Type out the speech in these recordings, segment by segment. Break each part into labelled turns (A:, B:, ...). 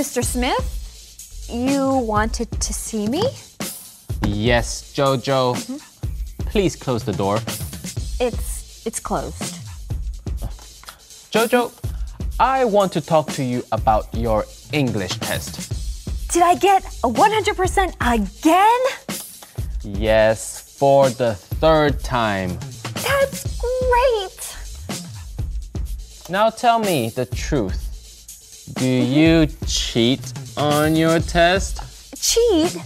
A: Mr. Smith, you wanted to see me?
B: Yes, Jojo. Please close the door.
A: It's it's closed.
B: Jojo, I want to talk to you about your English test.
A: Did I get a 100% again?
B: Yes, for the third time.
A: That's great.
B: Now tell me the truth. Do
C: Mm-hmm.
B: you cheat on your test?
A: Cheat?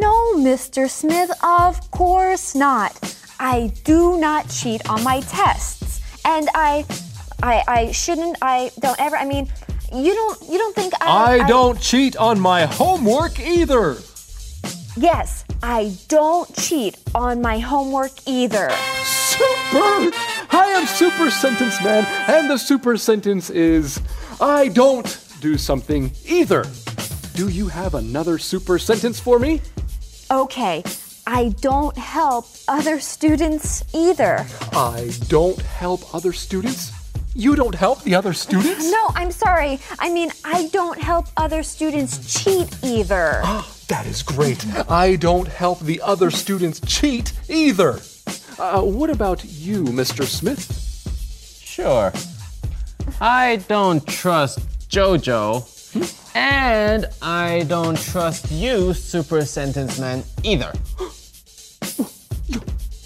A: No, Mr. Smith, of course not. I do not cheat on my tests. And I I I shouldn't I don't ever I mean you don't you don't think I
C: I don't cheat on my homework either.
A: Yes, I don't cheat on my homework either.
C: Super! I am Super Sentence Man, and the super sentence is I don't do something either. Do you have another super sentence for me?
A: Okay. I don't help other students either.
C: I don't help other students. You don't help the other students?
A: No, I'm sorry. I mean, I don't help other students cheat either.
C: That is great. I don't help the other students cheat either. Uh, what about you, Mr. Smith?
B: Sure. I don't trust Jojo.
C: Hmm?
B: And I don't trust you, Super Sentence Man, either.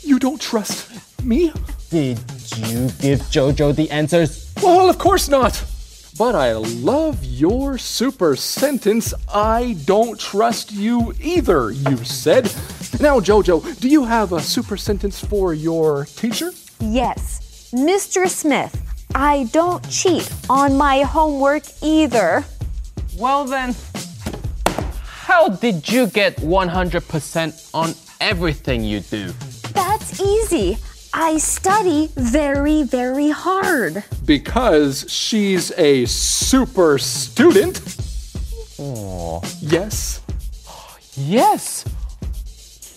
C: You don't trust me?
B: Did you give Jojo the answers?
C: Well, of course not. But I love your super sentence. I don't trust you either, you said. Now, Jojo, do you have a super sentence for your teacher?
A: Yes, Mr. Smith, I don't cheat on my homework either.
B: Well, then, how did you get 100% on everything you do?
A: That's easy. I study very, very hard.
C: Because she's a super student. Yes.
B: Yes!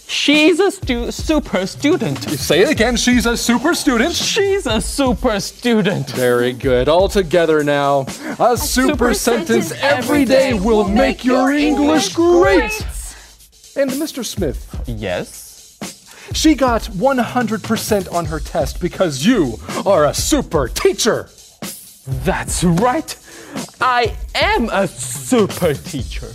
B: She's a stu- super student.
C: Say it again. She's a super student.
B: She's a super student.
C: Very good. All together now. A, super,
B: super
C: sentence,
B: sentence
C: every
B: every
C: day
B: day
C: will make your English great. And Mr. Smith,
B: Yes.
C: She got 100% on her test because you are a super teacher.
B: That's right. I am a super teacher.